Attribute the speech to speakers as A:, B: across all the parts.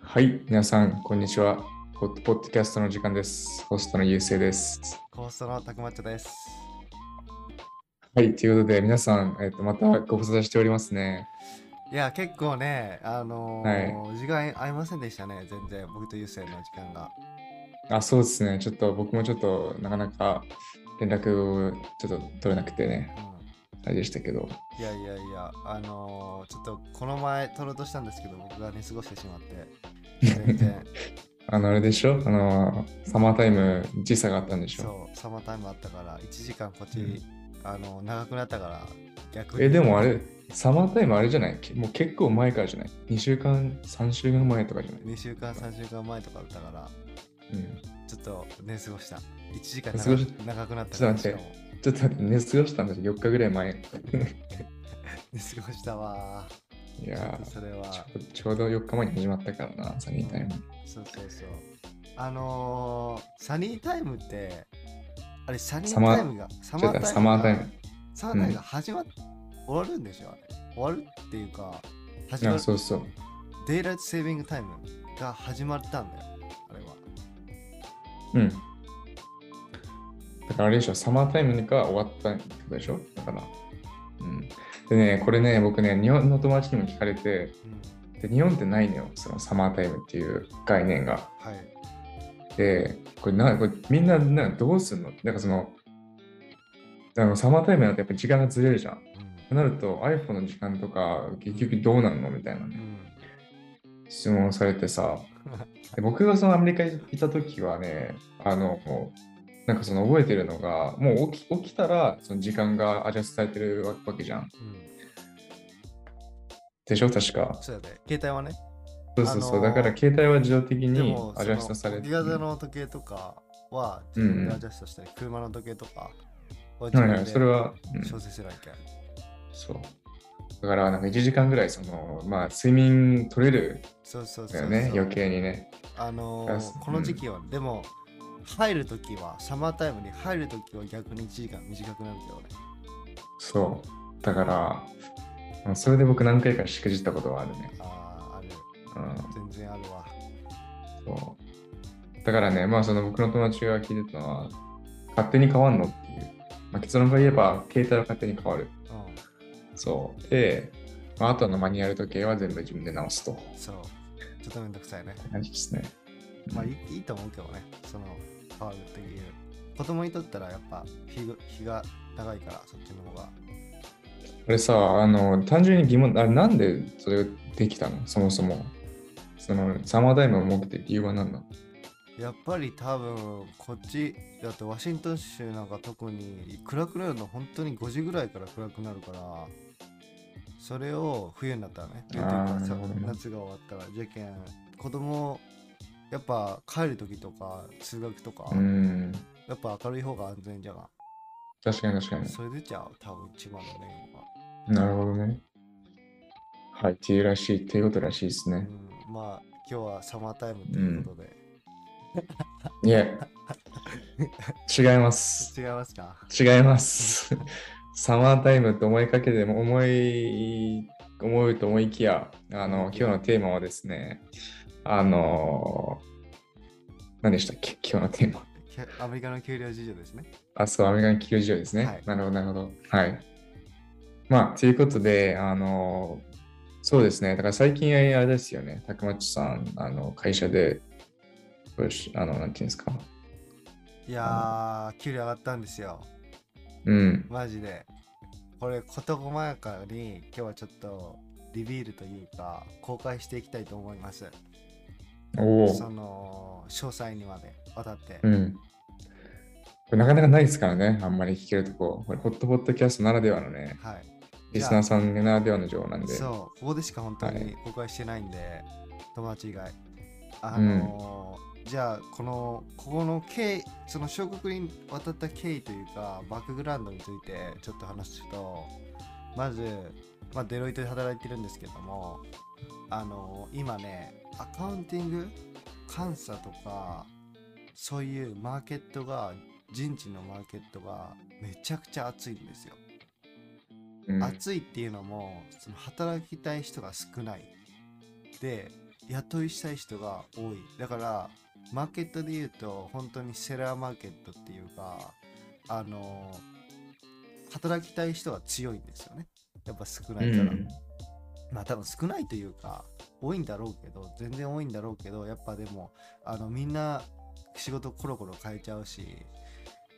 A: はい、皆さん、こんにちは。ポッポッドキャストの時間です。ホストのゆうせいです。
B: コーストのたくまっちょです。
A: はい、ということで、皆さん、えっと、またご無沙汰しておりますね。
B: いや、結構ね、あのー時間合いませんでしたね、全然、僕と優勢の時間が。
A: あ、そうですね。ちょっと僕もちょっとなかなか連絡をちょっと取れなくてね、
B: う
A: あれでしたけど。
B: ん、いやいやいや、あのーちょっとこの前撮ろうとしたんですけど、僕が寝過ごしてしまって、全然、
A: あの、あれでしょあの、サマータイム時差があったんでしょ
B: そう、サマータイムあったから、1時間こっち、
A: うん
B: あのー長くなったから、逆に。
A: え、でもあれ、サマータイムあれじゃないけもう結構前からじゃない ?2 週間、3週間前とかじゃない、
B: 2週間、3週間前とかだったから、
A: うん。
B: ちょっと寝過ごした。1時間
A: 寝過ご
B: 長
A: し
B: 長くなった
A: ち
B: か
A: ょっ
B: ら、
A: と待って
B: しかも
A: ちょっと待って、寝過ごしたんだけど、4日ぐらい前。
B: 寝過ごしたわー。
A: いや
B: ちょっ
A: ー
B: と。それは。
A: ちょちょうど4日前に始まったからな、サニータイム。
B: そうそうそう。あのー、サニータイムって、あれ、サニ
A: サ
B: ー
A: マー
B: タイムが、サ
A: ちょっとサマータイム。
B: サマータイムが始まっ、終わるんでしょあれ。終わるっていうか、始ま
A: あ
B: る、
A: そうそう。
B: デイライトセービングタイムが始まったんだよ、あれは。
A: うん。だからあれでしょ、サマータイムが終わったってことでしょだから。うん。でね、これね、僕ね、日本の友達にも聞かれて、
B: うん。
A: で日本ってないのよ、そのサマータイムっていう概念が。
B: はい。
A: で、これな、これみんななどうすんのなんかその、あのサマータイムだとやっぱ時間がずれるじゃん。となると iPhone の時間とか結局どうなんのみたいな
B: うん。う
A: ね
B: ん。
A: 質問されて さ、で僕がそのアメリカにいた時はねあのなんかその覚えてるのがもう起き起きたらその時間がアジャストされてるわわけじゃん
B: うん、
A: でしょ確か
B: そうだね。携帯はね。
A: そうそうそう、
B: あのー
A: だから携帯は自動的
B: で
A: に
B: も、
A: アジャストされ
B: そ
A: て
B: のギガ座の時計とかは、
A: う
B: 自
A: んうん
B: 分でアジャストしたり、車の時計とかは
A: はいはいそれは、うん、
B: 調整せなきゃ。
A: そうだからなんか1時間ぐらいそのまあ睡眠取れる
B: そうそうんそう
A: だよ
B: そう。
A: ね余計にね
B: あの
A: あそ
B: ー、この時期は、でも入るときはサマータイムに入るときは逆に1時間短くなるけどね
A: そうだからうんそれで僕何回かしくじったことはあるね、
B: ああある
A: うん、
B: 全然あるわ
A: そう。だからね、まあその僕の友達が聞いてたのは、勝手に変わんのっていう。まあ、結論から言えば、携帯は勝手に変わる。
B: う
A: そう。で、まあ、あとのマニュアル時計は全部自分で直すと。
B: んそうちょっとめんどくさいね
A: 感じですね。
B: まあいいいいと思うけどねその変わるっていう子供にとったらやっぱ日が日が長いからそっちの方が
A: これさ、あの、単純に疑問、あれなんでそれできたのそもそも。その、サマータイムを設けて理由は何なの
B: やっぱり多分こっちだってワシントン州なんか特に暗くなるの本当に5時ぐらいから暗くなるからそれを冬になったらね
A: あー
B: 冬というか
A: なる
B: さ
A: ほどね
B: 夏が終わったらじゃけん子供やっぱ帰る時とか通学とか、
A: うん。
B: やっぱ明るい方が安全じゃが
A: 確かに確かに。
B: それ出ちゃう多分一番のね
A: なるほどね。はい、っていうらしい、っていうことらしいですね。
B: うん、まあ今日はサマータイムということで、
A: い え、違います。
B: 違いますか
A: 違います。 サマータイムと思いかけても思い、思うと思いきや、あの、今日のテーマはですね、あの、何でしたっけ今日のテーマ。
B: きゃアメリカの給料事情ですね
A: あ、そう、アメリカの企業事情ですね。
B: はい
A: なるほど、なるほど。はい。まあ、ということで、あの、そうですね。だから最近、あれですよね。たくまちさん、あの、会社で、よしあの、なんていうんですか。
B: いやー給料上がったんですよ
A: うん。
B: マジで。これ、事細やかに今日はちょっとリビールというか、公開していきたいと思います。
A: お
B: そ
A: お。
B: の、詳細にまでわたって。
A: うん。これなかなかないですからね、あんまり聞けるとこ。これ、ホットポッドキャストならではのね、
B: はい。
A: リスナー
B: じ
A: さんならではの情報なん
B: ゃあ
A: で。
B: そう、ここでしか本当
A: は
B: に
A: い
B: 公開してないんで、友達以外。あのーじゃあ、この、ここの経緯、その小国に渡った経緯というか、バックグラウンドについてちょっと話すと、まず、まあ、デロイトで働いてるんですけども、あの今ねアカウンティング監査とかそういうマーケットが人知のマーケットがめちゃくちゃ熱いんですよ。
A: うん
B: 暑いっていうのもその働きたい人が少ないで雇いしたい人が多いだからマーケットで言うと本当にセラーマーケットっていうかあの働きたい人が強いんですよねやっぱ少ないから、
A: うん
B: まあ多分少ないというか多いんだろうけど全然多いんだろうけどやっぱでもあのみんな仕事コロコロ変えちゃうし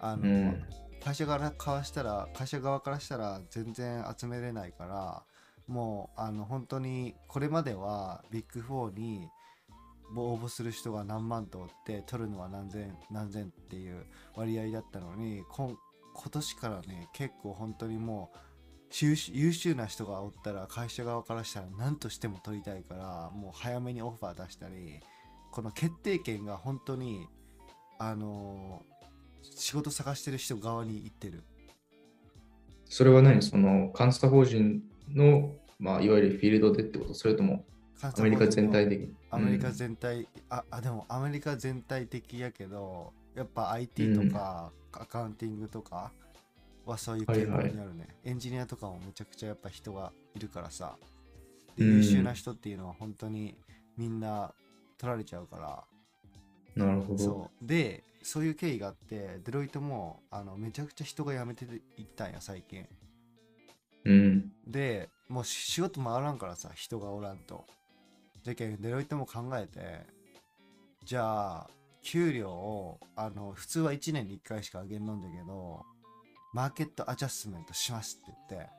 B: あ
A: う
B: の、
A: ん
B: 会社からかわしたら会社側からしたら全然集めれないからもうあの本当にこれまではビッグ4に応募する人が何万とおって取るのは何千何千っていう割合だったのに今今年からね結構本当にもう優秀優秀な人がおったら会社側からしたら何としても取りたいからもう早めにオファー出したりこの決定権が本当にあの仕事探してる人側に行ってる
A: それは何その監査法人の、まあ、いわゆるフィールドでってことそれともアメリカ全体的に。
B: アメリカ
A: うん
B: 全体、ああでもアメリカ全体的やけどやっぱ IT とか、アカウンティングとかはそういう傾向にあるね、エンジニアとかもめちゃくちゃやっぱ人がいるからさで
A: うん
B: 優秀な人っていうのは本当にみんな取られちゃうから、
A: なるほど。
B: そうでそういう経緯があってデロイトもあのめちゃくちゃ人が辞めていったんや最近
A: うん。
B: でもう仕事回らんからさ人がおらんとじゃけんデロイトも考えてじゃあ給料をあの普通は1年に1回しか上げんのんだけどマーケットアジャストメントしますって言って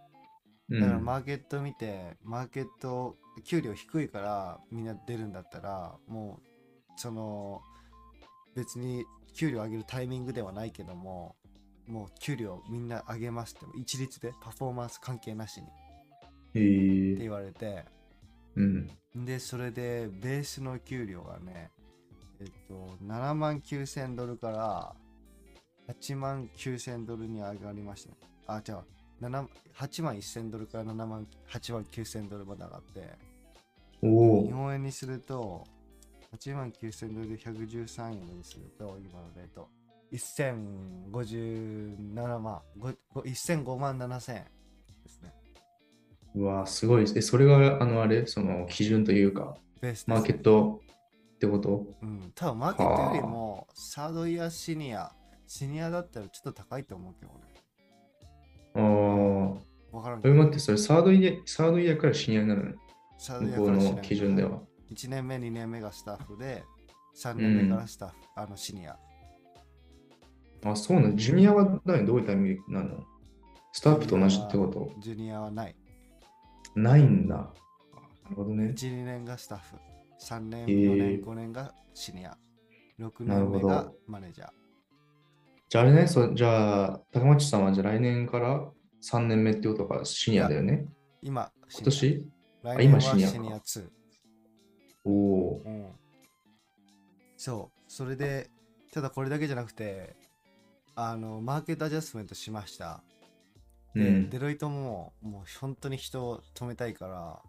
A: う
B: だから
A: ん。
B: マーケット見てマーケット給料低いからみんな出るんだったらもうその別に給料上げるタイミングではないけどももう給料みんな上げますって一律でパフォーマンス関係なし
A: へ
B: にって
A: え。
B: 言われて
A: うん。
B: でそれでベースの給料がねえっと7万9000ドルから8万9000ドルに上がりましたねあじゃあ8万1000ドルから7万8万9000ドルまで上がって
A: お
B: 日
A: お。
B: 本円にすると8万9000ドルで113円にすると今のレート1057万ごご1005万7000円ですね
A: うわあ、すごいです。え、それが、あの、あれその、基準というか、
B: ベースですね
A: マーケットってこと
B: うん、多分マーケットよりもサードイヤーシニア、シニアだったらちょっと高いと思うけどね。
A: ああ。
B: わからん
A: え、
B: けど、
A: 待って、それ、サードイヤー、サードイヤーからシニアになるの
B: サードイ
A: 向
B: ヤ
A: こ
B: ー
A: う
B: からシニア
A: の基準では。
B: 1年目、2年目がスタッフで、3年目からスタッフ、あのシニア。
A: あ、そうなの。ジュニアは何どういうタイミングなのスタッフと同じってこと
B: ジュニアはない。
A: ないんだ。なるほどね
B: 1、。2年がスタッフ、3年、
A: へえ
B: 4年、5年がシニア、6年目
A: なる
B: が
A: ほど
B: マネージャー。
A: じゃあ、あれね、そうじゃあ、高町さんはじゃあ来年から3年目ってことか、シニアだよね。
B: 今、シ
A: 今
B: ニア
A: 年
B: 来年は
A: 今シニアか
B: シニア
A: お
B: 2。
A: おー。
B: うん、そうそれでただこれだけじゃなくてあのマーケットアジャストメントしました
A: う
B: で、
A: ん。
B: デロイトももう本当に人を止めたいから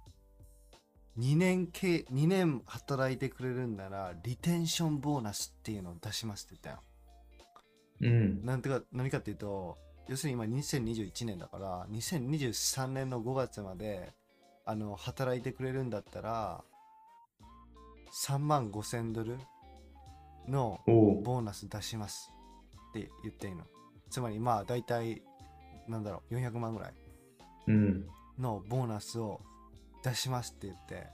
B: 2年け2年働いてくれるんならリテンションボーナスっていうのを出しますって言ったよ
A: うん。
B: なんてか何かっていうと要するに今2021年だから2023年の5月まであの働いてくれるんだったら3万5000ドルの
A: おお。
B: ボーナス出しますって言っていいのつまりまあ大体なんだろう400万ぐらい
A: うん。
B: のボーナスを出しますって言って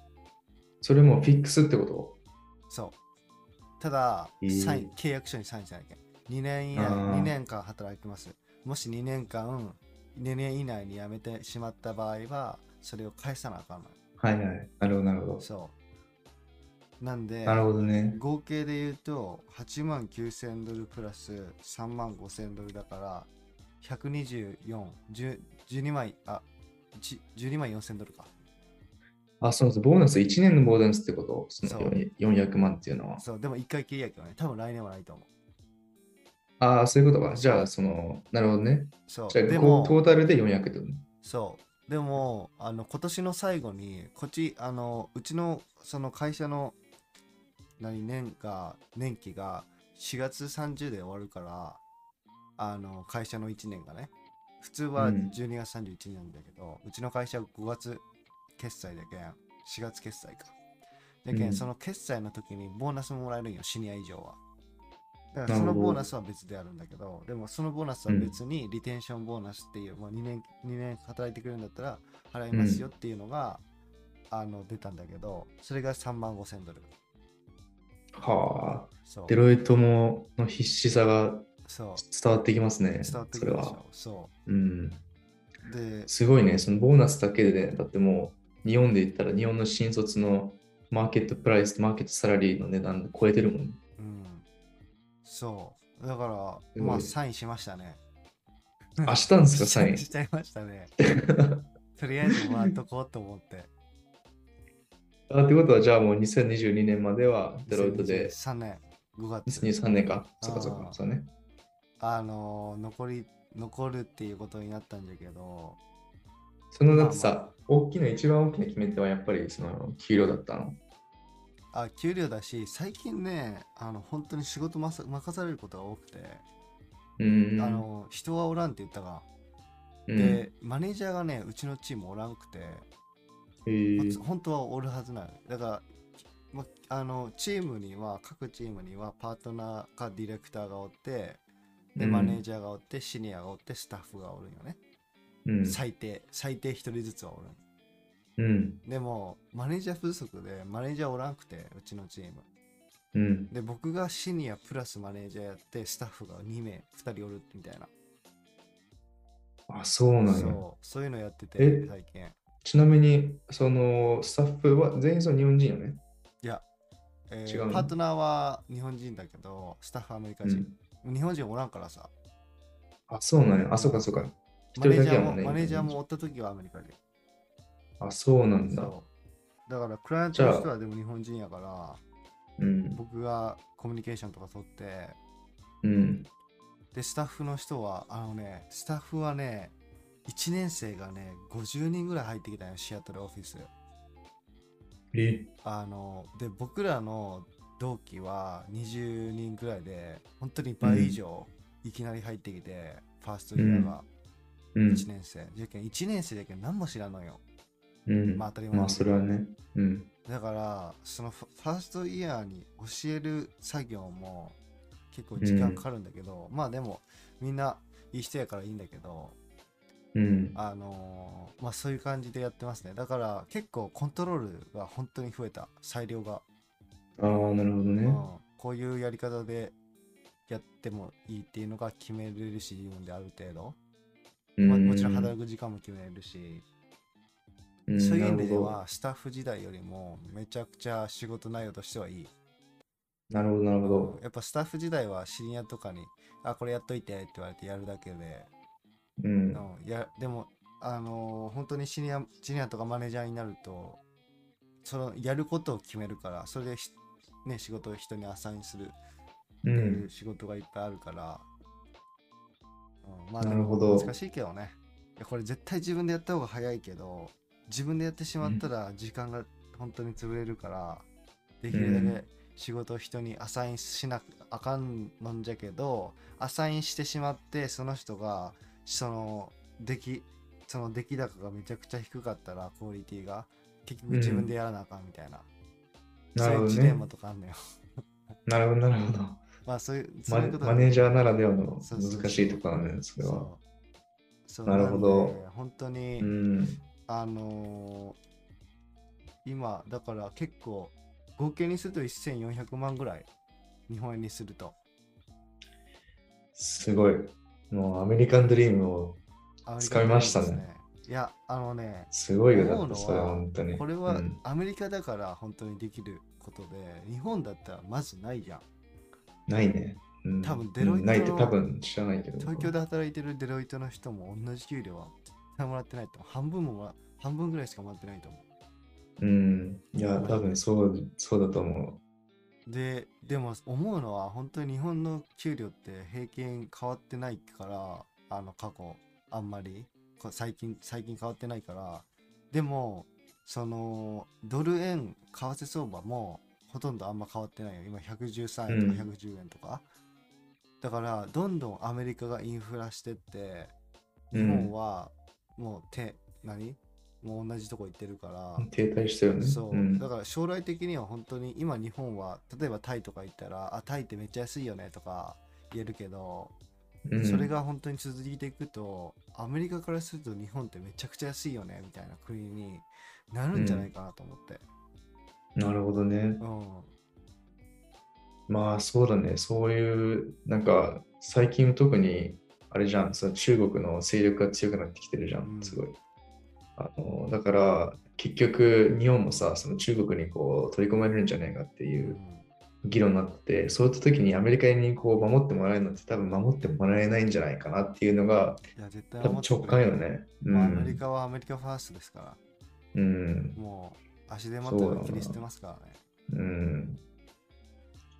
A: それもフィックスってこと
B: そう。ただ、
A: えー
B: サイン契約書にサインしなきゃ。2年や
A: あー
B: 2年間働きます。もし2年間、2年以内に辞めてしまった場合は、それを返さなあかんのよ。
A: はいはい。なるほど、なるほど。
B: そう。なんで、
A: なるほどね。
B: 合計で言うと、8万9000ドルプラス3万5000ドルだから、124、10 12万、あ、1 12万4000ドルか。
A: あ、そうです。ボーナス、1年のボーナスってことそ
B: そ
A: の
B: う
A: 400万っていうのは。
B: そう、でも1回契約はね、多分来年はないと思う。
A: ああ、そういうことか。じゃあ、その、なるほどね。
B: そう。
A: じゃあ、
B: で
A: こ
B: も
A: うトータルで400ってことね。
B: そうでもあの今年の最後にこっちあのうちのその会社の何年か年期が4月30で終わるからあの会社の1年がね普通は
A: うん
B: 12月31日なんだけど、うちの会社は5月決済だけん4月決済かだけん、
A: うん
B: その決済の時にボーナスもらえるんよシニア以上はだからそ
A: なる
B: の
A: ほど
B: ボーナスは別であるんだけどでもそのボーナスは別にリテンションボーナスっていう、まあ、2年2年働いてくれるんだったら払いますよっていうのが、あの出たんだけどそれが3万5千ドル
A: はあ、
B: そう
A: デロイトもの必死さが
B: そう
A: 伝わってきますね。
B: 伝わっ
A: そ
B: てく
A: れ
B: るでし
A: は
B: ょ。そ
A: うん。
B: うです
A: ごいね、そのボーナスだけで、だってもう日本で言ったら日本の新卒のマーケットプライス、マーケットサラリーの値段超えてるもんね。
B: うんそうだから、
A: すごい
B: まあサインしましたね。
A: あ、したんですか、サイン
B: しちゃいましたねとりあえずもらっとこうと思って
A: あってことは、じゃあもう2022年まではデロイトで、
B: 3年5月
A: 2023年か。そっかそっ
B: あ
A: か、
B: ー
A: そうね。
B: あのー残り残るっていうことになったんだけど
A: そのだってさ、
B: まあま
A: 大きな、一番大きな決め手はやっぱりその給料だったの。
B: あ給料だし最近ねあの本当に仕事まさ任されることが多くて、
A: うーん。
B: あの人はおらんって言ったが、
A: うん、
B: でマネージャーがねうちのチームおらんくて、
A: へー
B: 本当はおるはずなのだから、ま、あのチームには各チームにはパートナーかディレクターがおってで
A: うん
B: マネージャーがおってシニアがおってスタッフがおるんよね、
A: うん。
B: 最低最低1人ずつはおるん
A: うん。
B: でもマネージャー不足でマネージャーおらんくてうちのチーム
A: うん。
B: で僕がシニアプラスマネージャーやってスタッフが2名2人おるみたいな
A: あ、そうなんや。
B: そうそういうのやってて
A: え
B: 最近
A: ちなみに、そのスタッフは全員その日本人よね。
B: いや、えー
A: 違うの
B: パートナーは日本人だけどスタッフはアメリカ
A: う
B: 人、
A: ん。
B: 日本人おらんからさ
A: あ、そうなんや。あ、そうかそうか。一
B: マネ
A: 人
B: ー
A: だ
B: ジ
A: けや
B: ャー
A: も
B: も
A: んね。
B: マネージャーも追った時はアメリカで。
A: あ、そうなんだ。
B: そうだからクライアントの人はでも日本人やから、
A: うん。
B: 僕がコミュニケーションとか取って、
A: うん。
B: で、スタッフの人は、あのね、スタッフはね、1年生がね、50人ぐらい入ってきたよ、シアトルオフィス。
A: え、
B: あの、で、僕らの同期は20人ぐらいで、本当に倍以上、いきなり入ってきて、ファーストイヤーが
A: うん。
B: 1年生。じゃけん、1年生じゃけん何も知らんのよ。
A: うん。
B: ま
A: ま
B: あ
A: あ、
B: 当たり前だけど
A: それはね。うん。
B: だからそのファファーストイヤーに教える作業も結構時間かかるんだけど、まあでもみんないい人やからいいんだけど
A: うん。
B: あのーまあそういう感じでやってますねだから結構コントロールが本当に増えた裁量が、
A: ああ、なるほど
B: う
A: ね。
B: ん、こういうやり方でやってもいいっていうのが決めれるし自分である程度、
A: うん
B: まあ、もちろん働く時間も決めれるし、
A: うん
B: そういう意味
A: な
B: で
A: るほど
B: はスタッフ時代よりもめちゃくちゃ仕事内容としてはいい
A: なるほど、なるほど。
B: やっぱスタッフ時代はシニアとかに「あこれやっといて」って言われてやるだけで、
A: うん。
B: うん、やでもあのー本当にシニアシニアとかマネージャーになるとそのやることを決めるからそれでしね、仕事を人にアサインする
A: う
B: ってい
A: ん
B: う。仕事がいっぱいあるから、うんまあ
A: な
B: で
A: るほ
B: も
A: ど
B: 難しいけどねいやこれ絶対自分でやった方が早いけど自分でやってしまったら時間が本当に潰れるから、できるだ
A: う
B: け仕事を人にアサインしなくあかんのんじゃけどアサインしてしまってその人がその出来その出来高がめちゃくちゃ低かったらクオリティが結局自分でやらなあかんみたいな、
A: な
B: そう
A: る
B: い
A: ほ
B: う
A: ど
B: ジレ
A: ね
B: ン。マとかあんのよ
A: なるほど、なるほど。
B: まあそういうそ
A: マ
B: ういう
A: ネ
B: こと
A: マネージャーならではの
B: そうそうそう
A: 難しいところだね、それは。
B: そうそう
A: なるほど
B: んで本当に、
A: うん。
B: あのー今だから結構合計にすると1400万ぐらい日本円にすると
A: すごい。もうアメリカンドリームを
B: アメリ
A: つ
B: カ
A: かみましたね
B: ですいやあのね
A: すごいよ、
B: 思
A: だ
B: う
A: っ
B: の
A: て
B: は
A: それは本当に。
B: これは
A: うん
B: アメリカだから本当にできることで、日本だったらまずないじゃん
A: ないね。うん
B: 多分デロイトの
A: うんないって多分知らないけど。
B: 東京で働いてるデロイトの人も同じ給料は絶対もらってないと思う半分ももら半分ぐらいしかもらってないと思
A: う
B: う
A: ん。いや、多分そうそうだと思
B: ででも思うのは本当に日本の給料って平均変わってないからあの過去あんまりこ最近最近変わってないからでもそのドル円為替相場もほとんどあんま変わってないよ今113円とか110円とか、だからどんどんアメリカがインフラしてって
A: う
B: 日
A: ん
B: 本はもう手、何もう同じとこ行ってるから、
A: 停滞してるね。
B: そう、
A: ん
B: だから将来的には本当に今日本は例えばタイとか行ったらあタイってめっちゃ安いよねとか言えるけど、
A: うん
B: それが本当に続いていくとアメリカからすると日本ってめちゃくちゃ安いよねみたいな国になるんじゃないかなと思って、
A: なるほどね。
B: うん
A: まあそうだね。そういう、なんか最近特に、あれじゃん、その中国の勢力が強くなってきてるじゃ、
B: うんん
A: すごい。あのだから結局日本もさ、その中国にこう取り込まれるんじゃないかって
B: う
A: いうん議論になってて、そういった時にアメリカにこう守ってもらえるのって多分守ってもらえないんじゃないかなっていうのが
B: いや絶対
A: 多分
B: 思ってくれ
A: 直感よね。う
B: まあアメリ
A: ん。
B: カはアメリカファーストですから
A: うん。
B: もう足手まといを気にしてますからね
A: うん。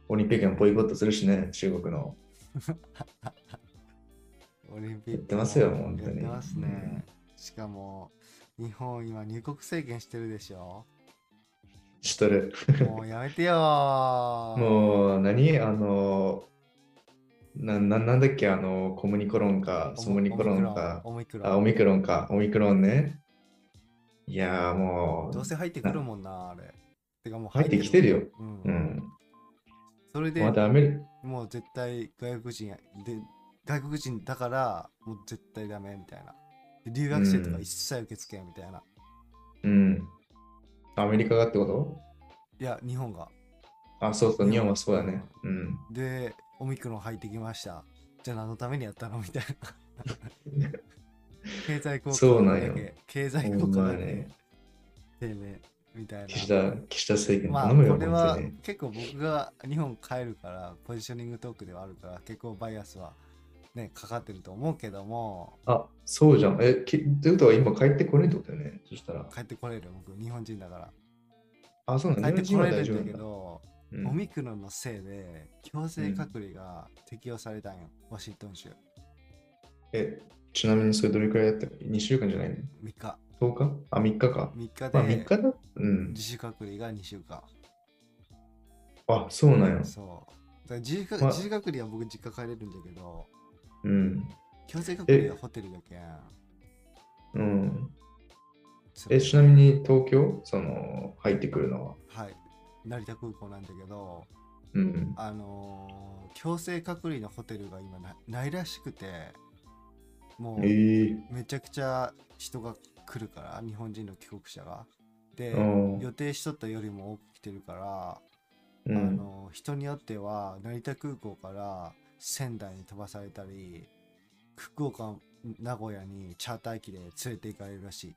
A: オリンピックもボイコットするしね、中国の。
B: オリンピック
A: や
B: も
A: ってますよ、本当
B: やっ
A: に。
B: てますね、しかも日本今入国制限してるでしょ
A: うん。しとる。
B: もうやめてよー
A: もう何あのなななんだっけあのコムニコロンか
B: オ
A: ソムニコロンか
B: オミクロン
A: あオミクロンかオミクロンねいやーも
B: どうせ入ってくるもんなあれてかもう
A: 入ってきてるよ、
B: うん
A: う、うん
B: それで
A: またアメリ
B: もう絶対外国人やで外国人だからもう絶対ダメみたいなで留学生とか一切受け付けんみたいな、
A: うんアメリカがってこと
B: いや日本が
A: あそうそう日本はそうだねうん
B: でオミクロン入ってきましたじゃあ何のためにやったのみたいな 経済効果
A: そうなん
B: だ
A: よ
B: け経済
A: ほ
B: 効
A: ん
B: 果
A: ま
B: だ
A: や
B: け
A: ね
B: 丁寧みたいな
A: 岸田岸田政権
B: まあ
A: 頼
B: こ
A: むよ、
B: れ
A: 本
B: は
A: 当に
B: 結構僕が日本帰るからポジショニングトークではあるから結構バイアスはねかかってると思うけども
A: あそうじゃんえきということは今帰ってこれんってことだよねそしたら
B: 帰ってこれる僕日本人だか
A: あそうな
B: ら
A: ん
B: 帰
A: だ
B: ってこれる
A: 日本人は大丈夫なんん
B: だ
A: だ
B: けど、
A: うん
B: オミクロンのせいで強制隔離が適用されたんよ、ワシントン州
A: え、ちなみにそれどれくらいだった ?2 週間じゃないの
B: 3日
A: ?10 日あ、3日か。
B: 3日
A: まあ、3
B: で
A: 日だ。うん
B: 自。主隔離が2週間、
A: あ、そうなんや。
B: そうだから自主隔
A: まあ
B: 自主隔離は僕実家帰れるんだけど
A: うん。
B: 強制隔離はホテルだけん
A: うん。
B: 辛い
A: え、ちなみに東京その、入ってくるのは。
B: はい成田空港なんだけど
A: うん。
B: あのー強制隔離のホテルが今なないらしくてもう
A: えー。
B: めちゃくちゃ人が来るから日本人の帰国者が。で、
A: うん
B: 予定しとったよりも多く来てるから、
A: う
B: あ
A: ん。
B: の人によっては成田空港から仙台に飛ばされたり福岡名古屋にチャーター機で連れて行かれるらしい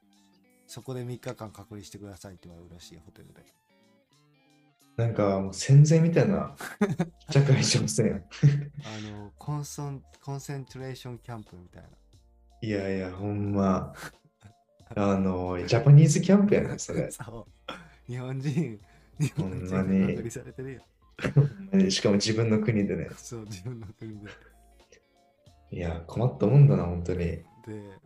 B: そこで3日間隔離してくださいって言われるらしいホテルで
A: なんか、もう戦前みたい な社会情勢やん。
B: あのコンソンコンセントレーションキャンプみたいない
A: やいや、ほんま。あの、ジャパニーズキャンプやな、それ。
B: そう日本人日
A: ほん
B: 本
A: ま
B: 人
A: に
B: 隔離されてるよ
A: えしかも自分の国でね。
B: そう自分の国で
A: いや、困ったもんだな、本当に。
B: で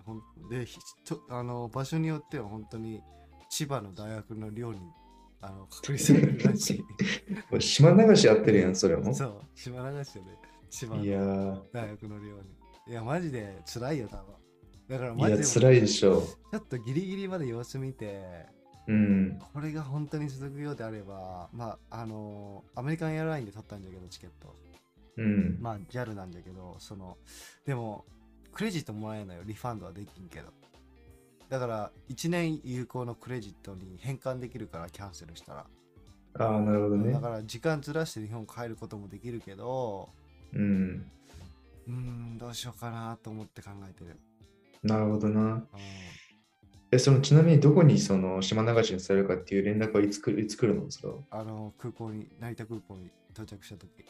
B: ほんでひとあの場所によっては本当に千葉の大学の寮にあの隔離されるらし
A: もう島流しやってるやん、それも
B: い。 そう島流しで千葉
A: いや
B: の
A: ー。
B: 大学の寮にいやマジで辛いよ多分だから
A: い
B: マジ
A: や、
B: で
A: 辛いでしょ
B: ちょっとギリギリまで様子見て
A: う。うん。
B: これが本当に続くようであればまああのアメリカンエアラインで取ったんだけどチケット
A: うん。
B: まあ JAL なんだけどそのでもクレジットもらえないよリファンドはできんけどだから1年有効のクレジットに変換できるからキャンセルしたら、
A: ああ、なるほどね
B: だ。から時間ずらして日本帰ることもできるけど
A: うん。
B: うーんどうしようかなと思って考えてる、
A: なるほどな。
B: うん
A: え、その、ちなみにどこにその島流しにされるかっていう連絡はいつくるいつ来るのそれは
B: あの空港に成田空港に到着した時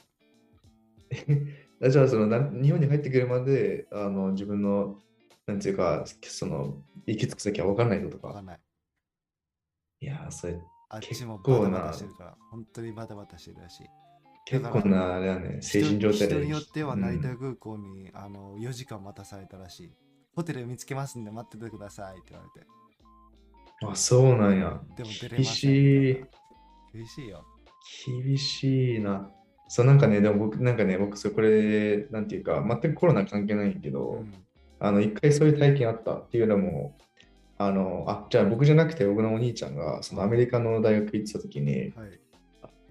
A: あじゃあ、そのな、日本に入ってくるまで、あの、自分の、なんていうか、その、行き着く先は分かんないってこと
B: わか
A: か。
B: んない
A: いやー、それ、
B: あっちも
A: 結
B: バ
A: 構
B: タ
A: な
B: バタしてるから本当にバタバタしてるらしい
A: 結構な、あれだね、精神状態
B: 人人によっては成
A: う
B: 田
A: ん
B: 空港に、あの4時間待たされたらしいホテル見つけますんで待っててくださいって言われて
A: あ、そうなんや。
B: でも
A: 厳
B: 出れません
A: しい、
B: 厳しいよ
A: 厳しいな。そう、なんかね、でも僕、なんかね、僕、そうこれ、なんていうか、全くコロナ関係ないんやけど、
B: うん
A: あの、一回そういう体験あったっていうのも、あの、あ、じゃあ僕じゃなくて、僕のお兄ちゃんが、そのアメリカの大学行ってた時に、
B: はい。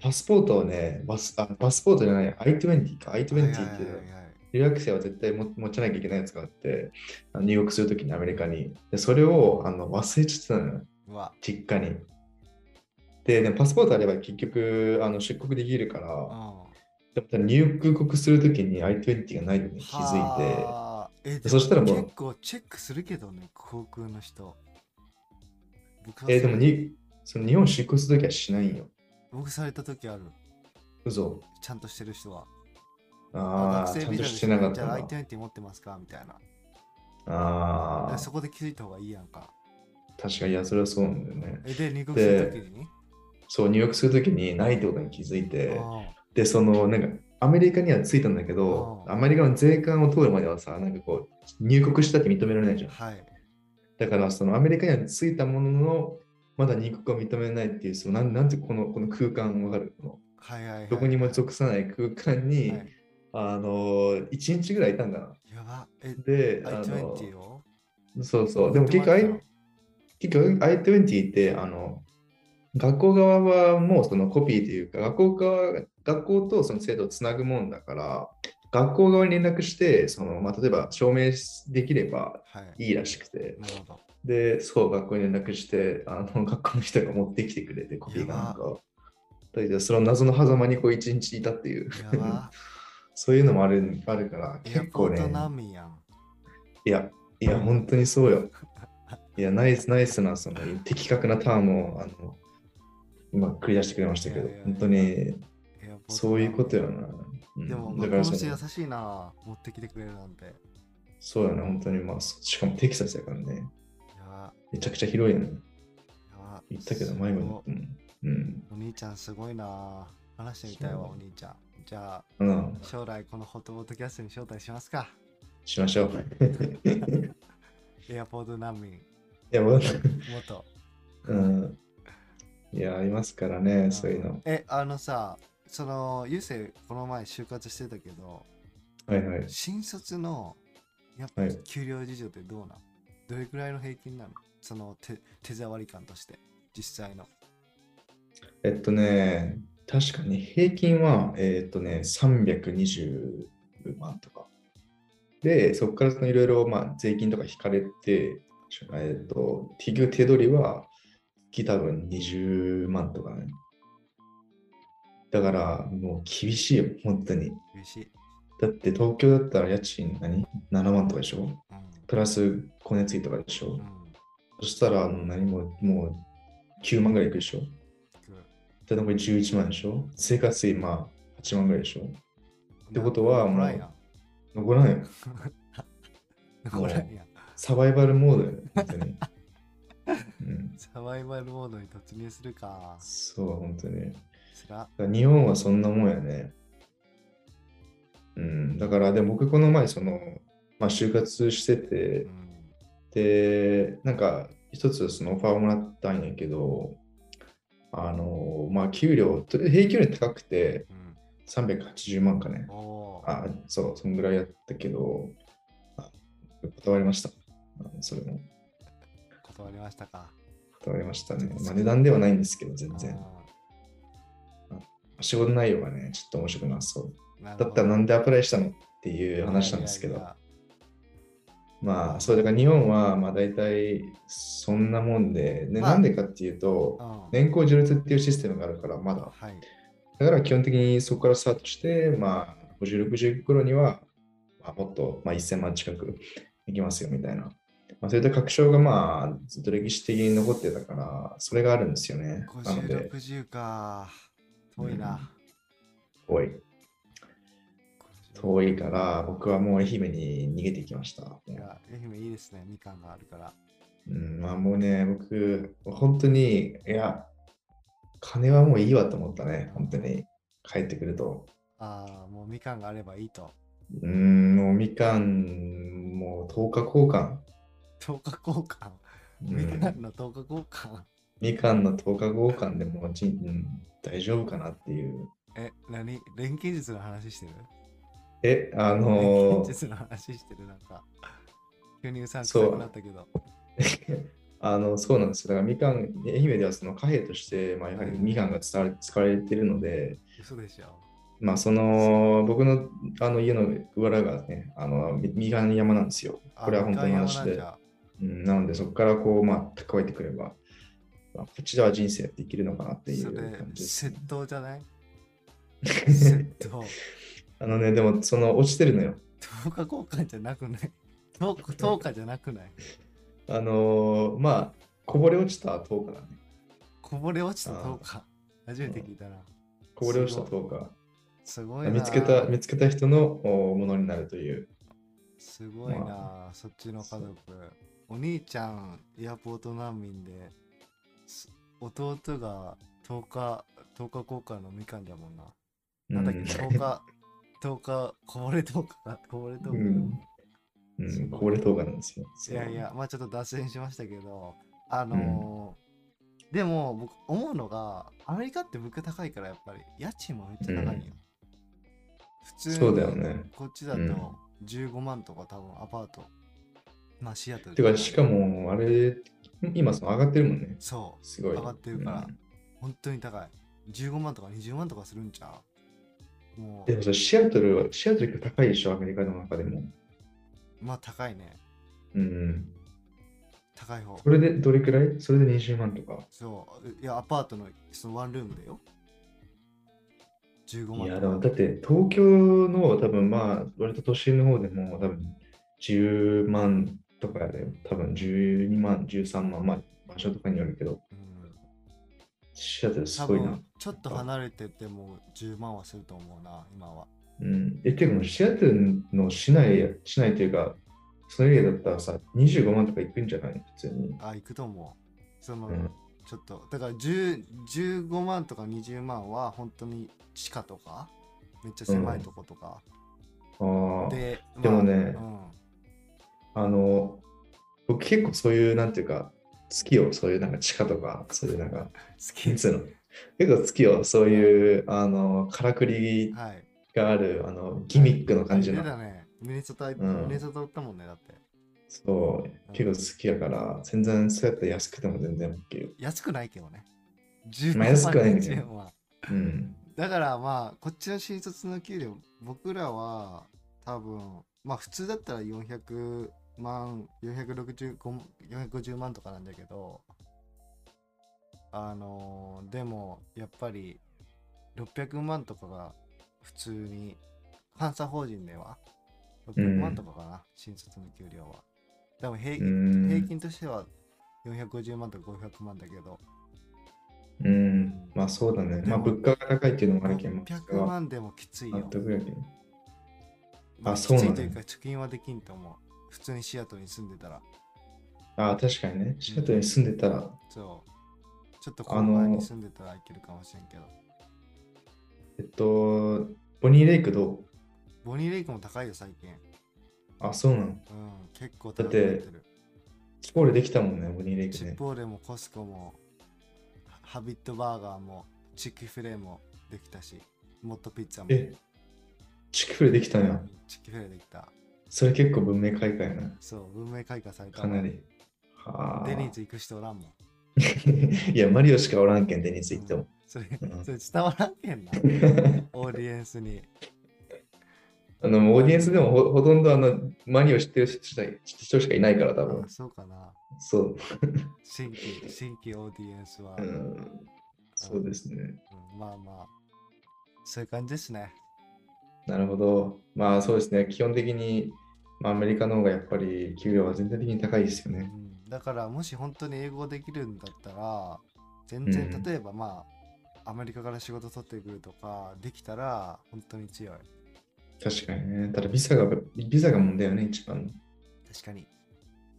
A: パスポートをね、バス、あ、パスポートじゃない、I-20 か、
B: はい
A: I-20
B: はい
A: っていう、
B: はいはい
A: 留学生は絶対持持ちなきゃいけないやつがあって、あの入国するときにアメリカに。で、それをあの忘れちゃってたのよ、
B: うわ。
A: 実家に。で、でもパスポートあれば結局あの出国できるか
B: うん
A: ら、でも入国するときに I-20 がないのに気づい
B: はあえで
A: そしたらもう
B: 結構チェックするけどね、航空の人。僕は
A: て。えーでも
B: それ
A: にその日本出国するときはしないんよ。
B: 僕された時ある。
A: 嘘。
B: ちゃんとしてる人は。
A: ああ、ちゃんとしてなかっ
B: じ
A: た
B: ゃあ、
A: な
B: 相。手の手持ってますかみたいな。だか
A: あ
B: ら
A: あ、
B: そこで気づいた方がいいやんか。
A: 確かに、いや、それはそうなんだよね。
B: え、で、入国する時に
A: そう、入国するときにないってことに気づいて。
B: あ
A: で、その、なんか、アメリカには着いたんだけど、
B: うん
A: アメリカの税関を通るまではさ、なんかこう、入国したって認められないじゃん
B: あ。はい。
A: だから、そのアメリカには着いたものの、まだ入国を認めないっていう、そのなんなんてこのこの空間わかるこの
B: はいはいはい。
A: どこにも属さない空間に、
B: はい
A: あの、1日ぐらいいたんだな。
B: やば。え、
A: で、あの
B: I20 を
A: そうそう、でも結局、I- 結局 I20 って、あの、学校側はもうそのコピーというか、学校側学校とその制度をつなぐもんだから、学校側に連絡して、そのまあ、例えば証明できれば
B: はい。
A: いいらしくて、
B: なるほど。
A: で、そう、学校に連絡して、あの 学校の人が持ってきてくれて、コピーがなんか。だけどその謎の狭間にこう一日いたっていう、
B: やば。
A: そういうのもあるあるから、
B: エア
A: 結
B: ポ
A: 構
B: ー
A: ね
B: ト、ナミやん。
A: いや、いや、本当にそうよ。いや、ナイス、ナイスな、その、的確なターンを、あの、今、繰り出してくれましたけど
B: いやいやい、や
A: 本当に、
B: エアポートナミ
A: そういうことよな。うん
B: でも、
A: だ
B: 向
A: か
B: こう
A: ら
B: の
A: そ
B: 人優
A: の、
B: しいな。持ってきてくれるなんて。
A: そうよね、本当に、まあ、そしかもテキサスやからね、
B: やば。
A: めちゃくちゃ広いよね。
B: やば。
A: 言ったけど、前も
B: す
A: 言ったもん。うん。
B: ごいお兄ちゃんすごいな。話してみたい
A: そう
B: わ、お兄ちゃん。じゃあ、
A: うん、
B: 将来このホットボートキャストに招待しますか。
A: しましょ う。
B: エアポート難民、
A: いや、もう
B: 元。
A: うん。いや、ありますからね、そういうの。
B: え、あのさ、その、ゆうせい、この前就活してたけど、
A: はいはい。
B: 新卒の、やっぱ
A: はい
B: 給料事情ってどうなのどれくらいの平均なのその手手触り感として、実際の。
A: えっとね、確かに平均は、えっとね、320万とか。で、そこからそのいろいろまあ税金とか引かれて、えっと、結局手取りは月多分20万とかね。だからもう厳しいよ、本当に。
B: 厳しい。
A: だって東京だったら家賃何 ?7 万とかでしょ
B: う
A: プラス光熱費とかでしょ
B: ん。うん。
A: そしたらあの何ももう9万ぐらいいくでしょで、残り11万でしょ生活費、まあ、8万ぐらいでしょってことはもう
B: もらえやん。
A: 残らないよ。
B: もらえやん。
A: サバイバルモードよ、本当に。 うん、
B: サバイバルモードに突入するか。
A: そう、本当に。だか
B: つら。
A: ら日本はそんなもんやね。うん、だから、でも僕、この前、その、まあ、就活して
B: う
A: て、
B: ん。
A: で、なんか、一つそのオファーをもらったんやけど、あの、まあ、給料、と平均より高くて
B: うん。
A: 380万かね。
B: おおー。
A: あ、そう、そんぐらいやったけど、あ断りました。あのそれも
B: 断りましたか。
A: 断りましたね。まあ、値段ではないんですけど、全然。
B: あ
A: 仕事内容がね、ちょっと面白くなさそう。
B: ーなる
A: だ
B: ほ
A: った
B: ど
A: らなんでアプライしたのっていう話なんですけ
B: い
A: ど
B: やい、や
A: まあ、そうだから日本は、まあ大体そんなもんで、で
B: まあ
A: なんでかっていう
B: いや
A: と、
B: うん
A: 年功序列っていうシステムがあるから、まだ。
B: はい。
A: だから基本的にそこからスタートして、まあ、50、60頃には、まあ、もっと、まあ、1000万近くいきますよみたいな。まあ、そういった確証が、まあ、ずっと歴史的に残ってたから、それがあるんですよね。なの
B: 50、
A: で、
B: 60か。遠いな。
A: 遠い。
B: 50
A: 遠いから、僕はもう愛媛に逃げていきました。
B: いや、愛媛いいですね。みかんがあるから。
A: うん、まあもうね、僕、本当に、いや、金はもういいわと思ったね、本当に。帰ってくると。
B: ああ、もうみかんがあればいいと。
A: うん、もうみかん、もう10日交換。
B: 10日交換。
A: う
B: みか
A: ん
B: んの10日交換。
A: みかんの10日交換でもうちんうん大丈夫かなっていう
B: え、何錬金術の話してる
A: え、あ
B: 錬金
A: の ー
B: 術の話してるなんか。急にうさんく
A: そう
B: さくなったけど。
A: あの、そうなんですよ。だからみかん、愛媛ではその貨幣として、まあ、やはりみかんが使われ使われているので、
B: 嘘でしょ。
A: まあ、その、僕のあの家の裏がね、あの、みみかん山なんですよ。
B: あ
A: これは本当の話
B: みかん山なん
A: で
B: じ。ゃ
A: うん、なので、そこからこう、まあ、蓄えてくれば、まあ、こっちでは人生できるのかなってい
B: そうれ
A: 感、じです。
B: 窃盗じ ゃない窃盗。
A: あのね、でも、その、落ちてるのよ。
B: 10日交換じゃなくない10日じゃなくない
A: あのーまあ、こぼれ落ちた10日だね。
B: こぼれ落ちた10日。初めて聞いたな。
A: こぼれ落ちた
B: す
A: 10
B: ご
A: 日。
B: すごいな。
A: 見つけた、見つけた人のおものになるという。
B: すごいな。そっちの家族。お兄ちゃん、エアポート難民で、す弟が10日、10日交換のみかんだもんな。なんだっけ、10日、10日、こぼれ10日だ。こぼれ10
A: う
B: 日。
A: ん。う
B: すご
A: ん、
B: い
A: こぼれ10日なんですよ。
B: いやいや、まあちょっと脱線しましたけど、あのーでも僕思うのが、アメリカって物価高いからやっぱり家賃もめっちゃ高いよ。普通に
A: そうだよね
B: こっちだと
A: うん
B: 15万とか多分アパート。まあシアトル
A: てか、しかも、あれ、今、その上がってるもんね。
B: そ
A: すごい。
B: 上がってるから
A: うん
B: う、本当に高い。15万とか20万とかするんちゃうも
A: でも
B: う、
A: さ、シアトルは、シアトルって高いでしょ、アメリカの中でも。
B: まあ高いね。
A: うん。
B: 高い方。
A: それで、どれくらいそれで20万とか。
B: そう。いや、アパートのそのワンルームだよ。15万
A: いや、で
B: とか
A: も、だって、東京の、多分まあ、割と都心の方でも、多分10万とかで、多分12万、13万、まあ、場所とかによるけど、
B: うん
A: シアトルす
B: 多
A: ごいな
B: 分。ちょっと離れてても10万はすると思うな、今は。
A: うん。え、てかもうシアトルの市内、市内というか、そのエリアだったらさ、25万とかいくんじゃない普通に。
B: あ、行くと思う。その、
A: うん
B: ちょっと、だから10 15万とか20万は本当に地下とか、めっちゃ狭いとことか。
A: ああ。
B: で、
A: でもね
B: ま
A: あの、僕結構そういう、なんていうか、好きよ、そういうなんか地下とか、そういうなん か、
B: あうん、好
A: なんつ
B: き。
A: うの結構好きよ、そういう、あの、からくり
B: はい。
A: がある、あの、ギミックの感じ
B: あ
A: の
B: 出。たね。ミネソタ、
A: ん
B: ミネソタだったもんね、だって。
A: そう、結構好きやから、全然そうやって安くても全然 OK よ。
B: 安くないけどね。15
A: まあ安くはないんだけど
B: 20万は。
A: うん。
B: だからまあこっちの新卒の給料僕らは多分まあ普通だったら400万465 450万とかなんだけどあのーでもやっぱり600万とかが普通に監査法人では600万とかかな、新卒の給料はでも平
A: う
B: 均平
A: ん。
B: 均としては450万とか500万だけど
A: うん。まあそうだね。まあ
B: でも
A: 物価が高いっていうのもあるけど、まあそれ
B: 600
A: は
B: 万でもきつい
A: 納
B: よ
A: 得やけど。
B: まあ、
A: あ
B: きつ
A: そうなん
B: い
A: や
B: というか貯金はできんと思う。普通にシアトルに住んでたら。
A: ああ、確かにね。シアトルに住んでたら、
B: そう。ちょっとこの前に住んでたらいけるかもしれんけど。
A: えっと、ボニーレイクどう
B: ボニーレイクも高いよ、最近。
A: あ、そうなの。
B: うん、結構
A: だ
B: 高
A: っ
B: くな
A: て
B: ってる。
A: チコールできたもんね、ボニーレイク
B: チ
A: ね
B: ッ。ポーレもコスコも、ハハビットバーガーも、チキフィレもできたし、モットピッツァも。
A: え、チキフレできたんや。
B: チキフィレできた。
A: それ結構文明開化やな。
B: そう、文明開化された
A: か
B: もん。
A: なり。はあ。
B: デニーズ行く人おらんもん。
A: いや、マリオしかおらんけん、デニーズ行っても。
B: それ、
A: うん
B: それ伝わらんけ んな。オーディエンスに。
A: あの、もうオーディエンスでもほほとんどあの、マリオ知ってる人しか人しかいないから、多分
B: あ。そうかな。
A: そう。
B: 新規、新規オーディエンスは。
A: うん。そうですね。
B: うんまあまあ、そういう感じですね。
A: なるほど。まあそうですね。基本的に、まあ、アメリカの方がやっぱり給料は全体的に高いですよ
B: う
A: ね。
B: ん、だから、もし本当に英語できるんだったら、全然、
A: うん
B: 例えばまあ、アメリカから仕事取ってくるとか、できたら、本当に強い。
A: 確かにね。ただビザが、ビザが問題よね、一番の。
B: 確かに。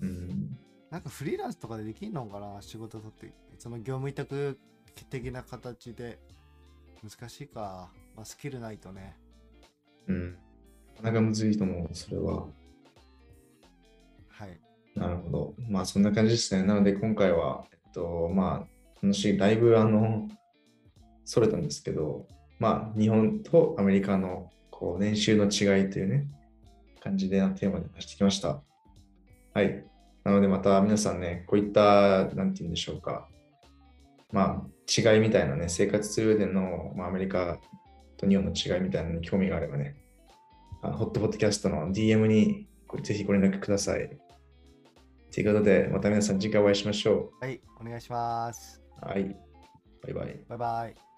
A: うん。
B: なんかフリーランスとかでできんのかな仕事取って、その業務委託的な形で。難しいか。まあ、スキルないとね。
A: うん。なかなかむずいと思う、それは。
B: はい。
A: なるほど。まあそんな感じですね。なので今回は、えっと、まあ、話、だいぶあの、それたんですけど、まあ、日本とアメリカのこう年収の違いというね、感じでテーマで出してきました。はい。なので、また皆さんね、こういった、なんて言うんでしょうか、まあ、違いみたいなね、生活する上での、まあ、アメリカと日本の違いみたいなのに興味があればね、あのホットポッドキャストの DM にこうぜひご連絡ください。ということで、また皆さん次回お会いしましょ
B: はい、お願いします。
A: う。はい。バイバイ。
B: バイバイ。